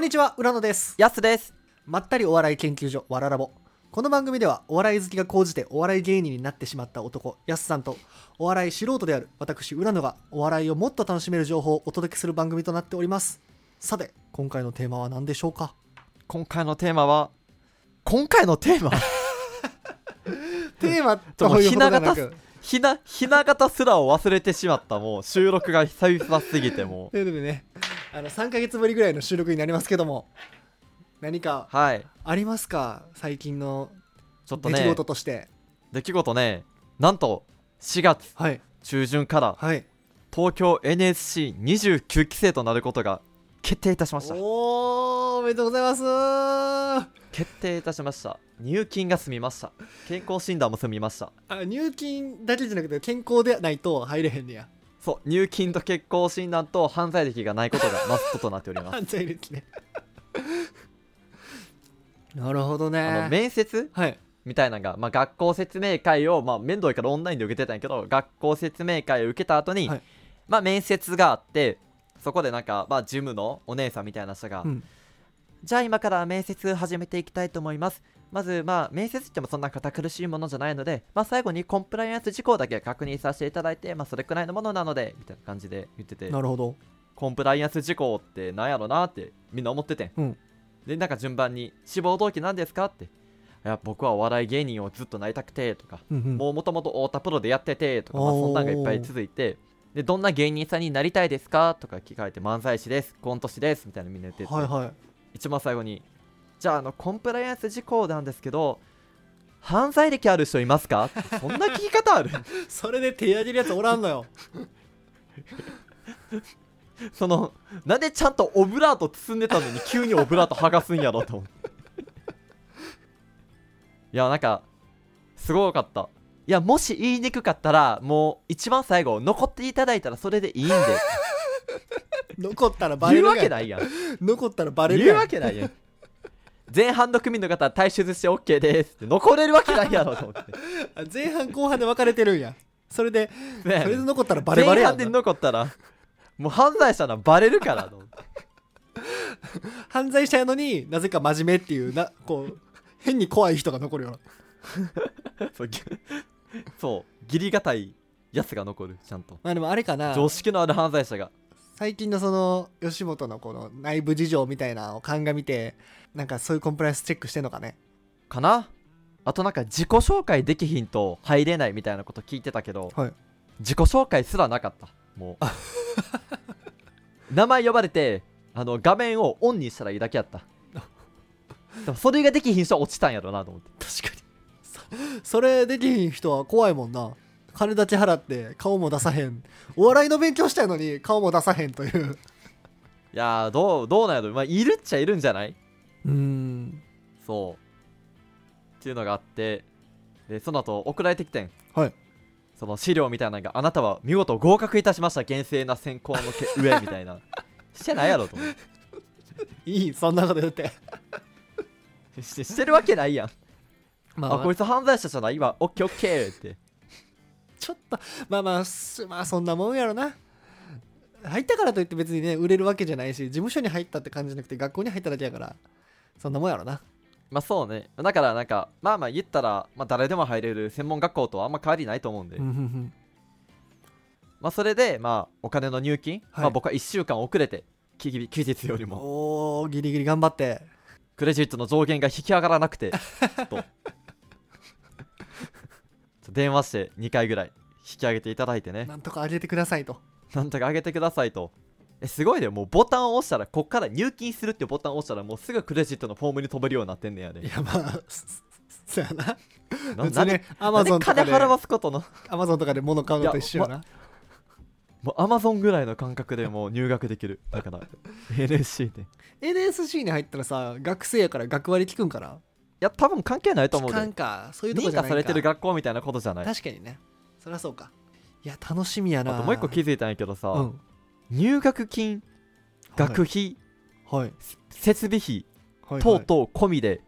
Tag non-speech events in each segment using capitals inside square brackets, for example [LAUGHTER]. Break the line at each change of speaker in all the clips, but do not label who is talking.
にちは浦野です
やすです
まったりお笑い研究所わらラボこの番組ではお笑い好きが高じてお笑い芸人になってしまった男やすさんとお笑い素人である私浦野がお笑いをもっと楽しめる情報をお届けする番組となっておりますさて今回のテーマは何でしょうか
今回のテーマは今回のテーマ [LAUGHS]
テーマ
ちょ
と
もう
いう
ひ
ほど
な
ではな
形
く
ひなひな形すらを忘れてしまったもう収録が久々すぎても
ということでねあの3ヶ月ぶりぐらいの収録になりますけども何か
うはい
ありますか最近の
ちょっと
出
ね
来事として、
出来事ねなんと4月
はい
中旬から
はい
東京 NSC29 期生となることが決定いたしました
おーおめでとうございます
決定いたしました入金が済みました健康診断も済みました
あ入金だけじゃなくて健康でないと入れへんねや
そう入金と健康診断と犯罪歴がないことがマストとなっております
[LAUGHS] 犯罪ですねなるほどね
あの面接
はい
みたいなのが、まあ、学校説明会を、まあ、面倒いからオンラインで受けてたんやけど学校説明会を受けた後に、
はい
まあ面接があってそこでなんか、まあ、ジムのお姉さんみたいな人が、
うん
じゃあ今から面接始めていきたいと思いますまずまあ面接ってもそんな堅苦しいものじゃないので、まあ、最後にコンプライアンス事項だけ確認させていただいて、まあ、それくらいのものなのでみたいな感じで言ってて
なるほど
コンプライアンス事項ってなんやろなってみんな思っててん、
うん
でなんか順番に「志望動機なんですか?」って「いや僕はお笑い芸人をずっとなりたくて」とか
うんう
「
ん
もともと太田プロでやってて」とか、まあ、
おー
そんなんがいっぱい続いてで「どんな芸人さんになりたいですか?」とか聞かれて「漫才師ですコント師です」みたいなのみんな言ってて、
はいはい
一番最後に「じゃああのコンプライアンス事項なんですけど犯罪歴ある人いますか?」そんな聞き方ある
それで手上げるやつおらんの
[LAUGHS]
よ
そのなんでちゃんとオブラート包んでたのに急にオブラート剥がすんやろと思っていやなんかすごかったいやもし言いにくかったらもう一番最後残っていただいたらそれでいいんで
残ったら [LAUGHS] バレ
言う
る
わ
や
け
ん
ないやん
残ったらバレる
言
や
うんわけないやん前半の組の方は退出して OK ですって残れるわけないやろと思って
あ前半後半で分かれてるんやそれで
ねえ
それで残ったらバレバレやん
前半で
な
残ったらもう犯罪者なんバレるからと思って
犯罪者やのになぜか真面目っていうなこう変に怖い人が残るよな
そうぎそう義理がたいやつが残るちゃんと
まあでもあれかな
常識のある犯罪者が
最近のその吉本のこの内部事情みたいなのを鑑みてなんかそういうコンプライアンスチェックしてんのかね
かなあとなんか自己紹介できひんと入れないみたいなこと聞いてたけど、
はい
自己紹介すらなかったも
[LAUGHS]
う名前呼ばれてあの画面をオンにしたらいいだけやったでもそれができひん人は落ちたんやろなと思って
確かにそそれできひん人は怖いもんな金だけ払って顔も出さへんお笑いの勉強したいのに顔も出さへんという
いやーどうどうなんやろ、まあ、いるっちゃいるんじゃないう
ーん
そうっていうのがあってでその後送られてきてん
はい
その資料みたいなのがあなたは見事合格いたしました厳正な選考のけ上みたい [LAUGHS] なしてないやろと思っ
いいそんなこと言って
てしてしてるわけないやん
ま
あ
あ、ま
こ
あ
い、つ犯罪者じゃない今オッケーオッケーって
ちょっとまあまあすまあそんなもんやろな入ったからといって別にね売れるわけじゃないし事務所に入ったって感じじゃなくて学校に入っただけやからそんなもんやろな
まあそうねだからなんかまあまあ言ったら、まあ、誰でも入れる専門学校とはあんま変わりないと思うんで、
うんうんうん
まあそれでまあお金の入金、
はい
まあ僕は1週間遅れてきぎ期日よりも
おーギリギリ頑張って
クレジットの上限が引き上がらなく [LAUGHS] てと電話して2回ぐらい引き上げていただいてね
なんとか上げてくださいと
[LAUGHS] なんとか上げてくださいとえすごいねもうボタンを押したらこっから入金するっていうボタンを押したらもうすぐクレジットのフォームに飛べるようになってんねやで、
いやまあそ [LAUGHS] そやな
な
別
な
にアマ
何
ゾンとか
金
で
払わすことの
アマゾンとかで物買うのと一緒やな
もうアマゾンぐらいの感覚でもう入学できるだから NSC でい
NSC に入ったらさ学生やから学割聞くんかな
や多分関係ないと思う
聞か
で
んかそういうとこ
認
じゃ
可
ないか
されてる学校みたいなことじゃない
確かにねそりゃそうかいや楽しみや
あ
な
ともう一個気づいたんやけどさ、
うん
入学金学費、
はい
設備費
はい
等々込みで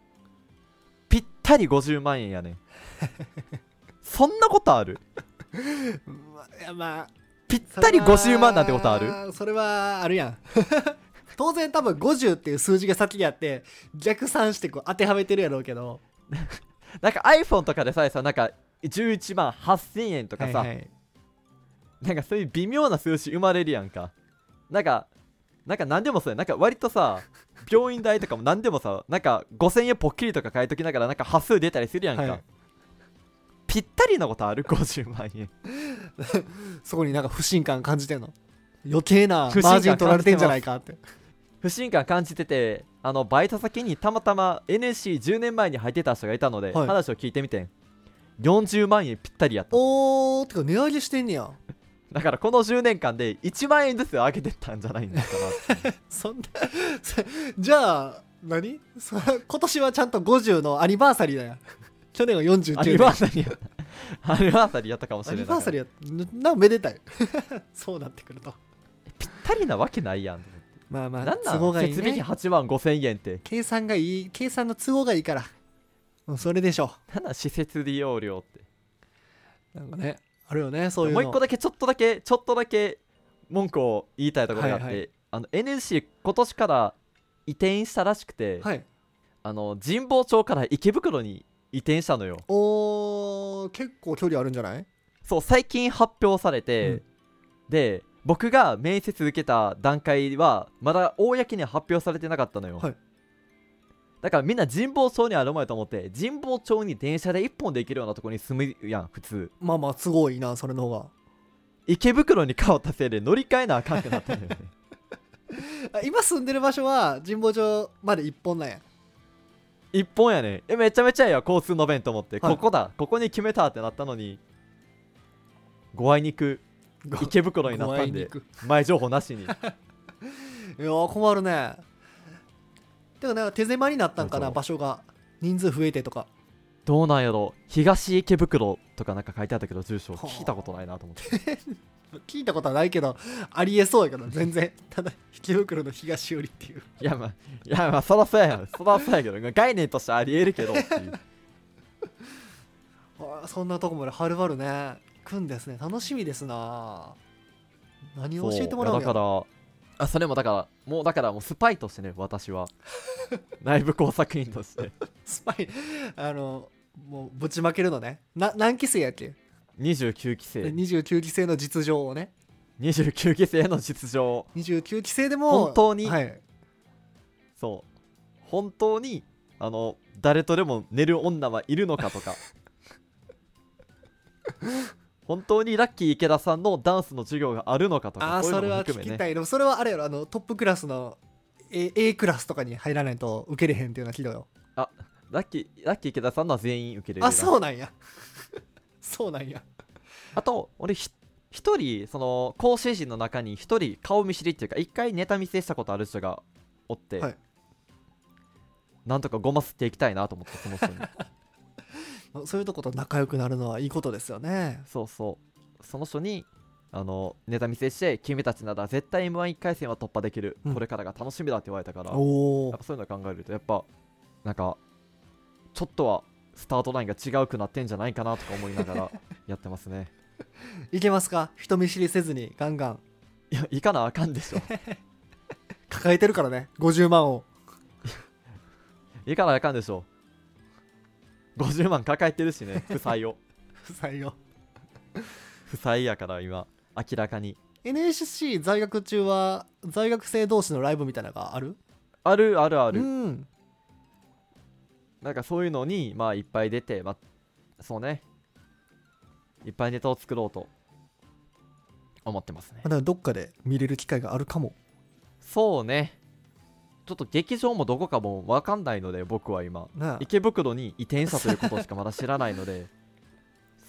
ぴったり50万円
[LAUGHS]
やねんそんなことある
いやまあ
ぴったり50万なんてことある
それはそれはあるやん [LAUGHS] 当然多分50っていう数字が先にあって逆算してこう当てはめてるやろうけど
なんか iPhone とかでさえさなんか11万8000円とかさ、
はいはい
なんかそういう微妙な数字生まれるやんかなんかなんか何でもそうやなんか割とさ病院代とかも何でもさなんか5000円ポッキリとか買いときながらなんか端数出たりするやんか、
はい
ぴったりなことある50万円
そこになんか不信感感じてんの余計な
不信感
マージン取られてんじゃないかって
不信感感じててあのバイト先にたまたま NSC10 年前に入ってた人がいたので、
はい
話を聞いてみてん40万円ぴったりやった
おーてか値上げしてんねや [LAUGHS]
だからこの10年間で1万円ずつ上げてったんじゃないんですかな
そんな [LAUGHS] そじゃあ何そ今年はちゃんと50のアニバーサリーだよ [LAUGHS] 去年は49 [LAUGHS]
アニバーサリーやったアニバーサリーやったかもし
ア
れな
ニ
いか
バ
ら
ーサリーやなめでたい [LAUGHS] そうなってくると
ぴったりなわけないやん
まあまあ
なんな
都合
ん
がいい、
設備費
ね、
8万5千円って
計算がいい計算の都合がいいからうんそれでしょ
なんなん施設利用料って
うなんかねあるよねそういう
も
の
う一個だけちょっとだけちょっとだけ文句を言いたいところがあって、
はいは
あの NSC 今年から移転したらしくて、
はい
あの神保町から池袋に移転したのよ
おー結構距離あるんじゃない
そう最近発表されて、
うん
で僕が面接受けた段階はまだ公には発表されてなかったのよ、
はい
だからみんな神保町にあるまいと思って神保町に電車で1本で行けるようなとこに住むやん普通
まあまあ都合いいなそれの方が
池袋に顔ったせいで乗り換えなあかんくな
[LAUGHS]
ったのよね
あ今住んでる場所は神保町まで一本なんや
一本やねんえめちゃめちゃええや交通の便と思って、
はい
ここだここに決めたってなったのにごあいに行く池袋になったんで
ご愛
前情報なしに
肉いやー困るねてかなんか手狭になったんか
そう
な
そう
場所が人数増えてとか
どうなんやろ東池袋とかなんか書いてあったけど住所
はあ
聞いたことないなと思って
聞いたことはないけどありえそうやから全然ただ池袋の東寄りっていう
いやまあいやまあそらそうやんそらそうやけど概念としてありえるけどっ
[LAUGHS]
ていう
あーそんなとこまではるばるね行くんですね楽しみですな何を教えてもらう
そ
ん
い
や
やだからあそれもだからもうだからもうスパイとしてね
[LAUGHS]
私は内部工作員として
スパイあのもうぶちまけるのねな何期生やっけ
29期生
29期生の実情をね
29期生の実情
29期生でも
本当に
はい、
そう本当にあの誰とでも寝る女はいるのかと
[LAUGHS]
か本当にラッキー池田さんのダンスの授業があるのかと
あ
か
あ
そうい
そうれ
のも
は
含
聞
め
き
ね
たいでもそれはあれやろあのトップクラスの A, A クラスとかに入らないと受けれへんっていうのはひどいよ
ラッキーラッキー池田さんのは全員受けれる
あ
う
そうなんや [LAUGHS] そうなんや
あと俺ひ一人その講師陣の中に一人顔見知りっていうか一回ネタ見せしたことある人がおって、
はい
なんとかごますっていきたいなと思ってその人に
そういうとこと仲良くなるのはいいことですよね
そうそうその人にあのネタ見せして君たちなら絶対 m 1 1回戦は突破できる、
うん
これからが楽しみだって言われたからやっ
おお
ぱそういうのを考えるとやっぱなんかちょっとはスタートラインが違うくなってんじゃないかなとか思いな
[LAUGHS]
がらやってますね
いけますか人見知りせずにガンガン
いや行かなあかんでしょ
抱えてるからね50万を
行かなあかんでしょ50万抱えてるしね負債を
不採用
負債やから今明らかに
NSC 在学中は在学生同士のライブみたいなのがある
あるあるあ
あ
る、
うん
なんかそういうのにまあいっぱい出てまあそうねいっぱいネタを作ろうと思ってますね
まあだからどっかで見れる機会があるかも
そうねちょっと劇場もどこかもわかんないので僕は今
なあ
池袋に移転したということしかまだ知らない
[LAUGHS]
ので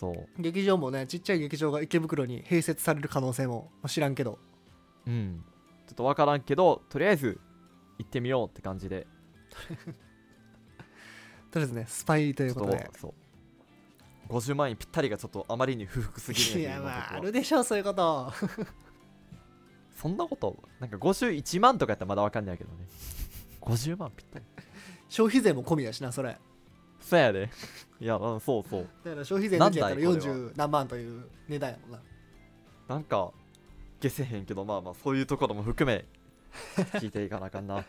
そう
劇場もねちっちゃい劇場が池袋に併設される可能性もまあ知らんけど
うんちょっとわからんけどとりあえず行ってみようって感じで
とりあえずねスパイとい
ち
うこ
ょっ
とで
とそう50万円ぴったりがちょっとあまりに不服すぎるん
い
やけ
や
ど今
まああ
僕は
るでしょうそういうこと
そんなことなんか51万とかやったらまだわかんないけど
[LAUGHS]
ね50万ぴったり
消費税も込みやしなそれ
そうやで。 [LAUGHS] いや、うん、そうそう。
だから消費税抜きやったら
なんだいこれは
40何万という値段やもんな [LAUGHS]
なんか、消せへんけど、まあまあ、そういうところも含め、聞いていかなあかんな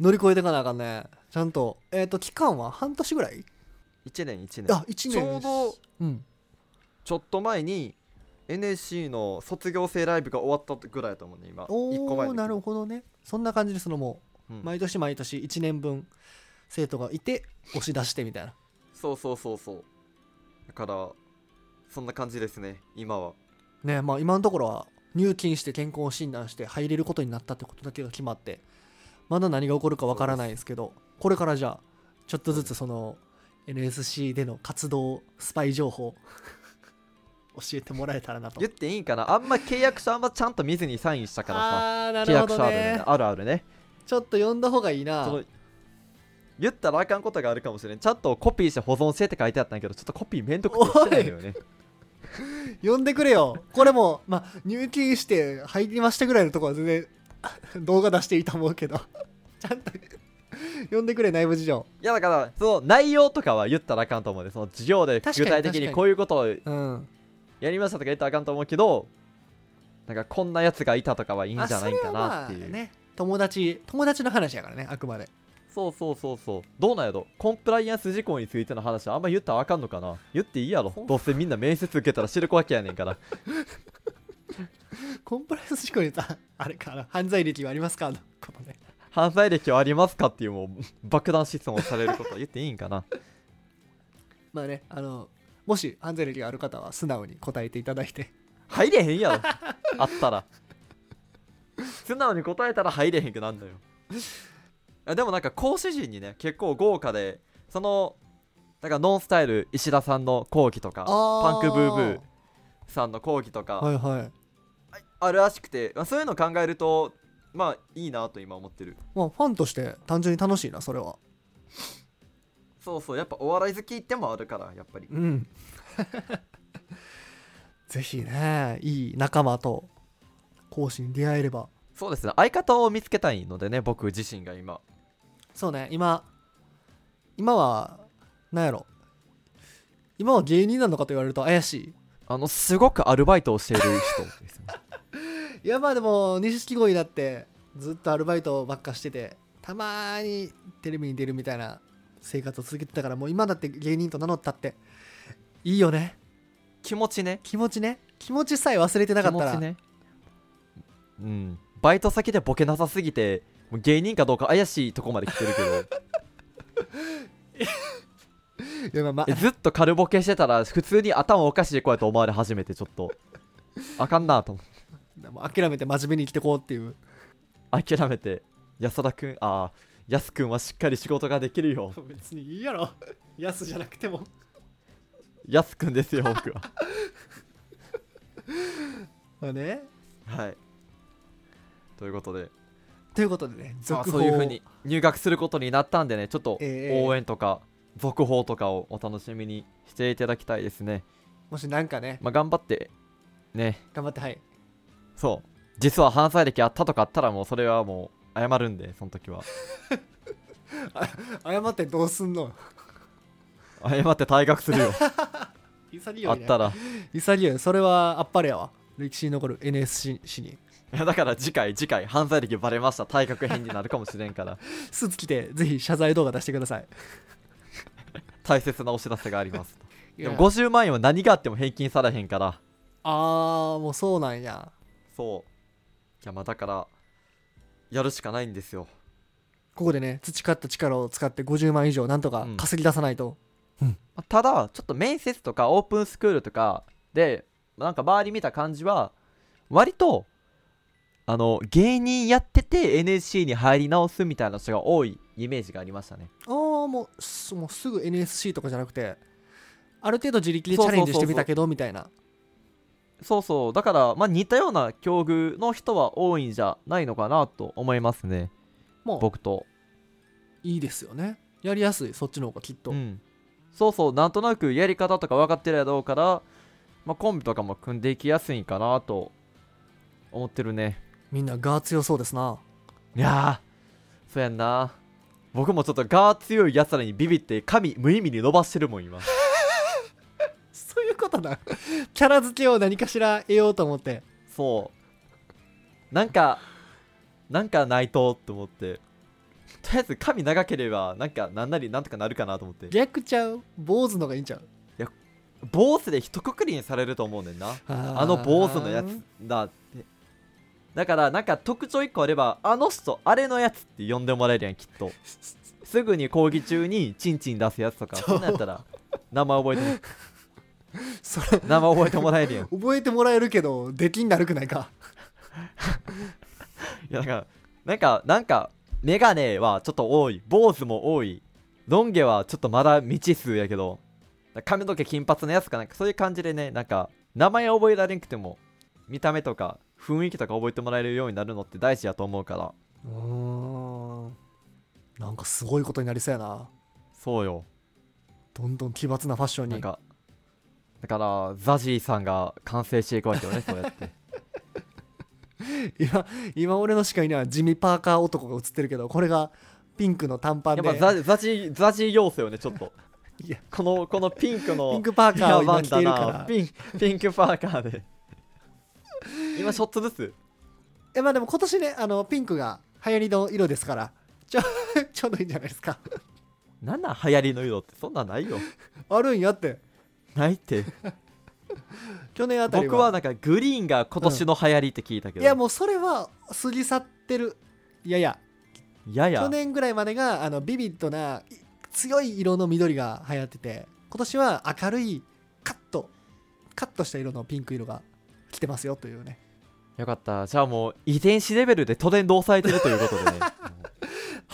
乗り越えていかなあかんねちゃんとえっ、と期間は半年ぐらい
1年1年
あ1年
ちょうど
うん
ちょっと前に NSC の卒業生ライブが終わったぐらいだと思うね今1個
お
前
お
の
なるほどねそんな感じでそのも
う
うん毎年毎年1年分生徒がいて押し出してみたいな
そうそうそうそうだからそんな感じですね今は
ねまあ今のところは入金して健康診断して入れることになったってことだけが決まってまだ何が起こるかわからないですけどこれからじゃあちょっとずつその NSC での活動スパイ情報教えてもらえたらなと
言っていいんかなあんま契約書あんまちゃんと見ずにサインしたからさ
あーな
契
るほ
約
ど
書ある,、ね
ね、
あるあるね
ちょっと読んだ方がいい
そ
な
の言ったらあかんことがあるかもしれんちゃんとコピーして保存してって書いてあったんやけどちょっとコピーめんどくさしてないのよ
[LAUGHS]
ね
読んでくれよこれもまあ入金して入りましたぐらいのところは全然動画出していいと思うけどちゃんと読んでくれ内部事情
いやだからその内容とかは言ったらあかんと思うねその授業で
確か
具
に
体的
確か
に
に
こういうことを
うん
やりましたとか言ったらあかんと思うけどなんかこんなやつがいたとかはいいんじゃないかなっていう
あそれはまあ
そう,、
ね、友達友達の話やからねあくまで
そうそうそうどうなんやろコンプライアンス事項についての話はあんま言ったらあかんのかな言っていいやろ
ほん
どうせみんな面接受けたら知るわけやねんから
コンプライアンス事項にさあれから犯罪歴はありますかのことね
犯罪歴はありますかっていうもう爆弾質問をされることは言っていいんかな
まあねあのもし犯罪歴がある方は素直に答えていただいて
入れへんやろあったら素直に答えたら入れへんくなんのよあでもなんか講師陣にね結構豪華でそのなんかノンスタイル石田さんの講義とかパンクブーブーさんの講義とか、
はいはい
あるらしくて、まあ、そういうの考えるとまあいいなと今思ってる
まあファンとして単純に楽しいなそれは
そうそうやっぱお笑い好きってもあるからやっぱり
うん [LAUGHS] ぜひねいい仲間と講師に出会えれば
そうですね相方を見つけたいのでね僕自身が今
そうね今今はなんやろ今は芸人なのかと言われると怪しい
あのすごくアルバイトをしている人ですね
いやまあでも錦鯉だってずっとアルバイトばっかしててたまーにテレビに出るみたいな生活を続けてたからもう今だって芸人と名乗ったっていいよね
[LAUGHS] 気持ちね
気持ちね気持ちさえ忘れてなかった
気持
ら、
ちねうんバイト先でボケなさすぎてもう芸人かどうか怪しいとこまで来てる [LAUGHS] けど
いやまあまあ
えずっと軽ボケしてたら普通に頭おかしい子やと思われ始めてちょっとあかんなと思って
もう諦めて真面目に生きてこうっていう
諦めて安田君ああ安くんはしっかり仕事ができるよ
別にいいやろ安じゃなくても
安くんですよ僕は
まあね
[LAUGHS] はいということで
ということでね
まあ
続報
そういうふうに入学することになったんでねちょっと
ええ
応援とか続報とかをお楽しみにしていただきたいですね、
もしなんかね
まあ、頑張ってね
頑張ってはい
そう実は犯罪歴あったとかあったらもうそれはもう謝るんでその時は
謝ってどうすんの
謝って退学す
[LAUGHS]
るよ
潔い
あ
よ
っ
ね
たら
潔いそれはあっぱれやわ歴史に残る NSC に
いやだから次回次回犯罪歴バレました退学編になるかもしれんから
スーツ着てぜひ謝罪動画出してください
大切なお知らせがあります
い
で
や
も50万円は何があっても返金されへんから
ああもうそうなんや
そういやまあだからやるしかないんですよ
ここでね培った力を使って50万以上なんとか
うん
稼ぎ出さないと、
まあただちょっと面接とかオープンスクールとかでなんか周り見た感じは割とあの芸人やってて NSC に入り直すみたいな人が多いイメージがありましたね
ああもうすもうすぐ NSC とかじゃなくてある程度自力でチ
そう
ャ
そ
レン
うそう
ジ
そう
してみたけどみたいな
そうそうだからまあ似たような境遇の人は多いんじゃないのかなと思いますね
も
僕と
ういいですよねやりやすいそっちの方がきっと、
うんそうそうなんとなくやり方とか分かってるやろうから、まあ、コンビとかも組んでいきやすいんかなと思ってるね
みんなガー強そうですない
やーそうやんな僕もちょっとガー強いやつらにビビって髪無意味に伸ばしてるもん今
そういうことだ [LAUGHS] キャラ付けを何かしら得ようと思って
そうなんかなんかないとと思ってとりあえず髪長ければなんかなんなりなんとかなるかなと思って
逆ちゃう坊主のがいいんちゃう
坊主で一括りにされると思うねんな
あー
あの坊主のやつだってだからなんか特徴1個あればあの人あれのやつって呼んでもらえるやんきっとすぐに講義中にチンチン出すやつとか
そう
そんなんやったら名前覚えても
[LAUGHS] それ
名前覚えてもらえるやんい
覚えてもらえるけど出禁になるくないか
やなんかなんかなんかメガネはちょっと多い坊主も多いロン毛はちょっとまだ未知数やけど髪の毛金髪のやつかなんかそういう感じでねなんか名前覚えられなくても見た目とか雰囲気とか覚えてもらえるようになるのって大事やと思うから
うーんなんかすごいことになりそうやな
そうよ
どんどん奇抜なファッション
なん
に
かだからザジーさんが完成していくわけよねそう
[LAUGHS]
やって
今今俺の視界には地味パーカー男が映ってるけどこれがピンクの短パン
やっぱ
で
ザザジーザジー要素よねちょっと
[LAUGHS] いや
このこのピンク
[LAUGHS]
の
ピンクパーカーを今着ているから
ピンピンクパーカーで今ちょっとずつ
えまあでも今年ねあのピンクが流行りの色ですからちょ [LAUGHS] ちょうどいいんじゃないですか
なんなん流行りの色ってそんなんないよ
あるんやって
ないって
去年あたりは
僕はなんかグリーンが今年の流行りって聞いたけど、
いやもうそれは過ぎ去ってるいやいや
やや
去年ぐらいまでがあのビビッドない強い色の緑が流行ってて今年は明るいカットカットした色のピンク色が来てますよというね
よかったじゃあもう遺伝子レベルでトレンドを抑えてるということでねも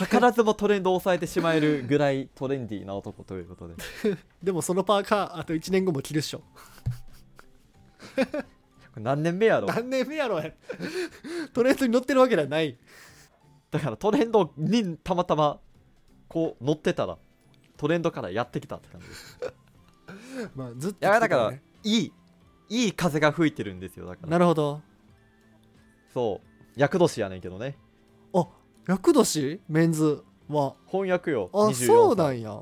う図らずもトレンドを抑えてしまえるぐらいトレンディーな男ということで
でもそのパーカーあと1年後も着るっしょ
これ何年目やろ
何年目やろ [LAUGHS] やトレンドに乗ってるわけではない
だからトレンドにたまたまこう乗ってたらトレンドからやってきたって感じです
まあずっと着て
いやだか
た
ら
ね
いいいい風が吹いてるんですよだから
なるほど
そう厄年やねんけどね
あ厄年メンズは
翻訳よ
あ
24歳
そうなんや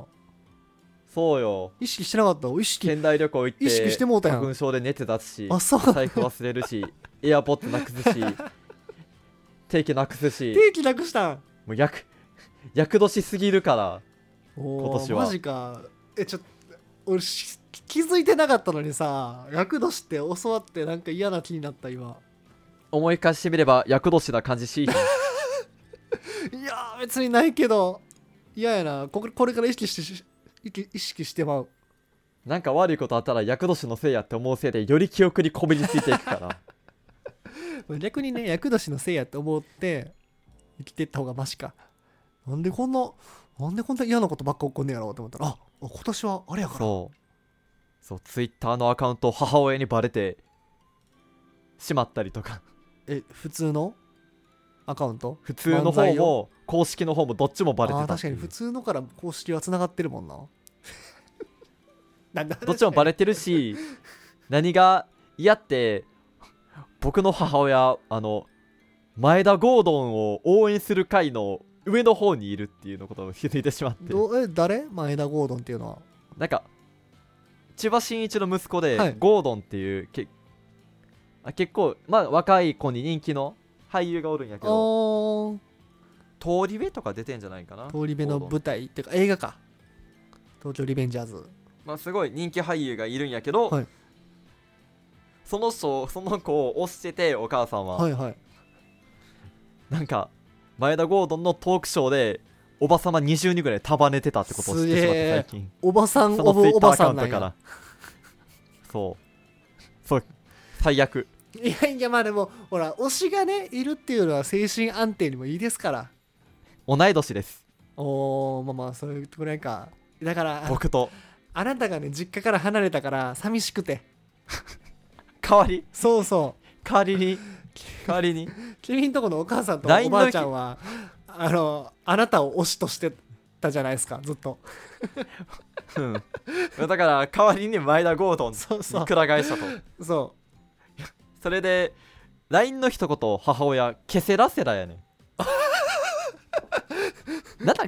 そうよ
意識してなかった意識
県大旅行行って
意識してもうたやん
花粉症で熱出すし
あそう
財布忘れる
[LAUGHS]
しエアポッドなくすし定期なくすし
[LAUGHS] 定期なくしたん
もう厄厄年すぎるから
今
今年は
マジかえちょっと俺し気づいてなかったのにさ厄年って教わってなんか嫌な気になった今
思い返してみれば厄年な感じしいひん
いやー別にないけど嫌やなこれこれから意識してし意識意識してまう
なんか悪いことあったら厄年のせいやって思うせいでより記憶にこびりついていくから
[LAUGHS] 逆にね厄年のせいやって思って生きてった方がマシかなんでこんななんでこんな嫌なことばっか起こんねやろうと思ったらあ今年はあれやから
そうそうツイッターのアカウントを母親にバレてしまったりとか
え普通のアカウント
普通の
漫
方
才を
も公式の方もどっちもバレて
あ
た
ー
っ
確
て
か
い
に
う
普通のから公式はつながってるもんななんだ
どっちもバレて
[LAUGHS]
るし何が嫌って僕の母親あの前田ゴードンを応援する会の上の方にいるっていうのことを気づいてしまって
どえ誰前田ゴードンっていうのは
なんか千葉真一の息子で、
はい
ゴードンっていうけあ結構、まあ、若い子に人気の俳優がおるんやけ
あ
ど
ー
通り部とか出てんじゃないかな
通り部の
ゴードン
舞台っていうか映画か東京リベンジャーズ
まあ、すごい人気俳優がいるんやけど、
はい
その人その子を推しててお母さんは、
はいはい
なんか前田ゴードンのトークショーでおばさま20人ぐらい束ねてたってことを知ってしまっ
すげ
て
え
最近
おばさん
そ
お
の
ぶ
ツイ
お
ッタ
ば
ーアカ
さ
ウ
ん
ン
な
ト
ん
か
や
らそうそう最悪
いやいやまあでもほら推しがねいるっていうのは精神安定にもいいですから
同い年です
おーまあまあそういうぐらいかだからあ
僕と
あなたがね実家から離れたから寂しくて
代わり
そうそ
代わり
[LAUGHS]
に代わりに
う君んとこのお母さんと
LINE
おばあちゃんはあのあなたを推しとしてたじゃないですかずっと
うんだから代わりに前田ゴードンに
そうそう
くら替えしたと
そ
それで LINE の一言を母親ケセラセ
[LAUGHS]
ラやねんなんだ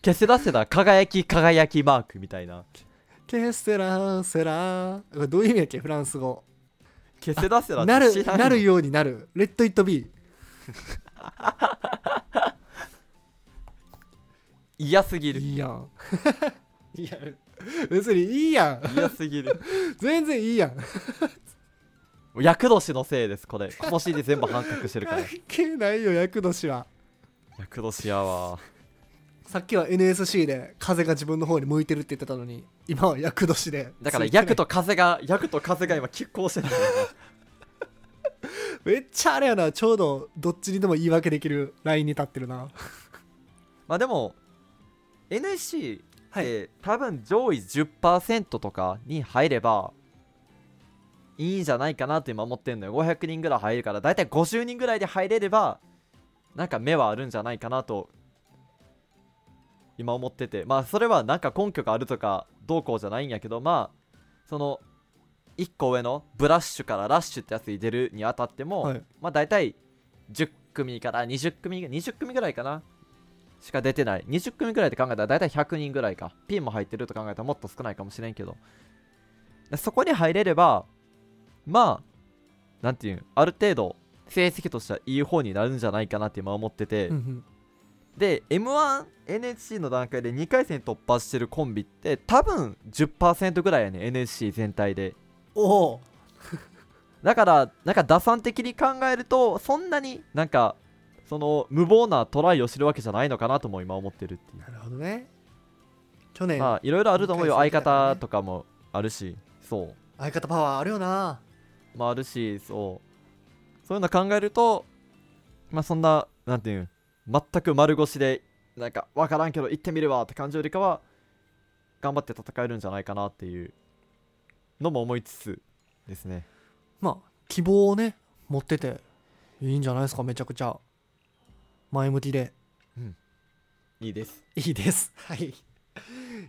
ケセラセラ輝き輝きマークみたいな
うケセラセラこれどういう意味やっけフランス語
消せ出せ
なるなるようになるレッド・イット・ビー
嫌すぎる
いいやん [LAUGHS] いや別にいいやん
嫌すぎる
全然いいやん
厄年のせいですこれ今年で全部半角してるから
関係ないよ厄年は
厄年やわ
さっきは NSC で風が自分の方に向いてるって言ってたのに今は厄年で
だから
ついてない
厄と風が厄と風が今拮抗してるんだよね
めっちゃあれやなちょうどどっちにでも言い訳できるラインに立ってるな
まあでも NSC って、
はい
多分上位10%とかに入ればいいんじゃないかなって今思ってんのよ500人ぐらい入るからだいたい50人ぐらいで入れればなんか目はあるんじゃないかなと今思っててまあそれはなんか根拠があるとかどうこうじゃないんやけどまあその1個上のブラッシュからラッシュってやつに出るにあたっても、
はい
まあ大体10組から20組20組ぐらいかなしか出てない20組ぐらいで考えたら大体100人ぐらいか P も入ってると考えたらもっと少ないかもしれんけどでそこに入れればまあなんていうんある程度成績としてはいい方になるんじゃないかなって今思ってて、
うんうん
で m 1 n h c の段階で2回戦突破してるコンビって多分10%ぐらいやね NSC 全体で
おお
だからなんか打算的に考えるとそんなになんかその無謀なトライをしてるわけじゃないのかなとも今思ってるっていう
なるほどね去年
まあいろいろあると思うよ
二回戦だ
相
からね
方とかもあるしそう
相方パワーあるよな
まああるしそうそういうの考えるとまあそんななんていうん全く丸腰でなんか分からんけど行ってみるわって感じよりかは頑張って戦えるんじゃないかなっていうのも思いつつですね
まあ希望をね持ってていいんじゃないですかめちゃくちゃ前向きで
いいです
いいですはいい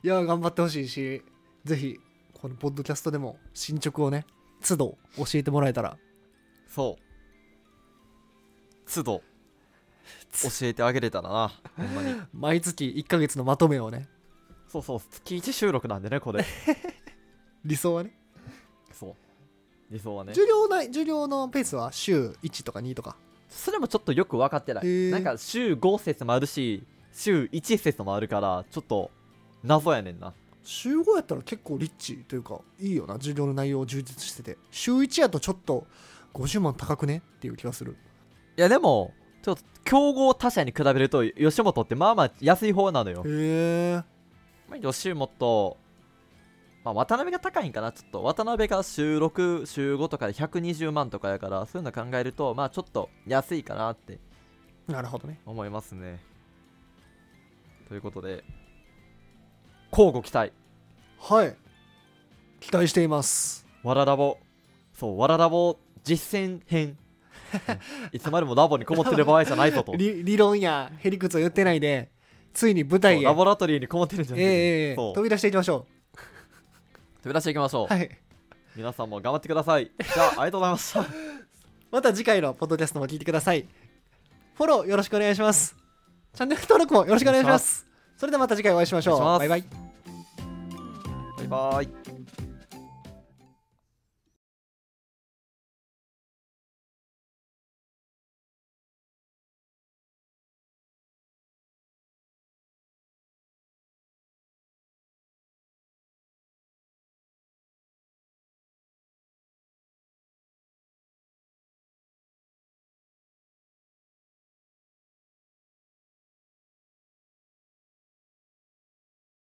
や頑張ってほしいしぜひこのポッドキャストでも進捗をね都度教えてもらえたら
そう都度教えてあげれたらなほんまに
毎月1ヶ月のまとめをね
[LAUGHS] そうそう月1収録なんでねこれ
理想はね
[LAUGHS] そう理想はね
授業ない授業のペースは週1とか2とか
それもちょっとよく分かってな
へー
いなんか週5節もあるし週1節もあるからちょっと謎やねんな
週5やったら結構リッチというかいいよな授業の内容充実してて週1やとちょっと50万高くねっていう気がする
いやでもちょっと競合他社に比べると吉本ってまあまあ安い方なのよ
へえ
まあ吉本、まあ、渡辺が高いんかなちょっと渡辺が週6週5とかで120万とかやからそういうの考えるとまあちょっと安いかなって
なるほどね
思いますねということで交互期待
はい期待しています
わらラボそうわらラボ実践
[LAUGHS]
編いつまでもラボにこもってる場合じゃないぞと
理理論やへりくつを言ってないでついに舞
そ
台
う
へ
ラボラトリーにこもってるんじゃ
え
な
え
いぞ、
ええ
そう
飛び出していきましょ
飛び出していきましょ
う
う、
はい
皆さんも頑張ってくださいじゃあありがとうございました
また次回のポッドキャストも聞いてくださいフォローよろしくお願いしますチャンネル登録もよろしくお願いしますそれではまた次回お会いしましょう
お願いします
バイバイ
バイバイ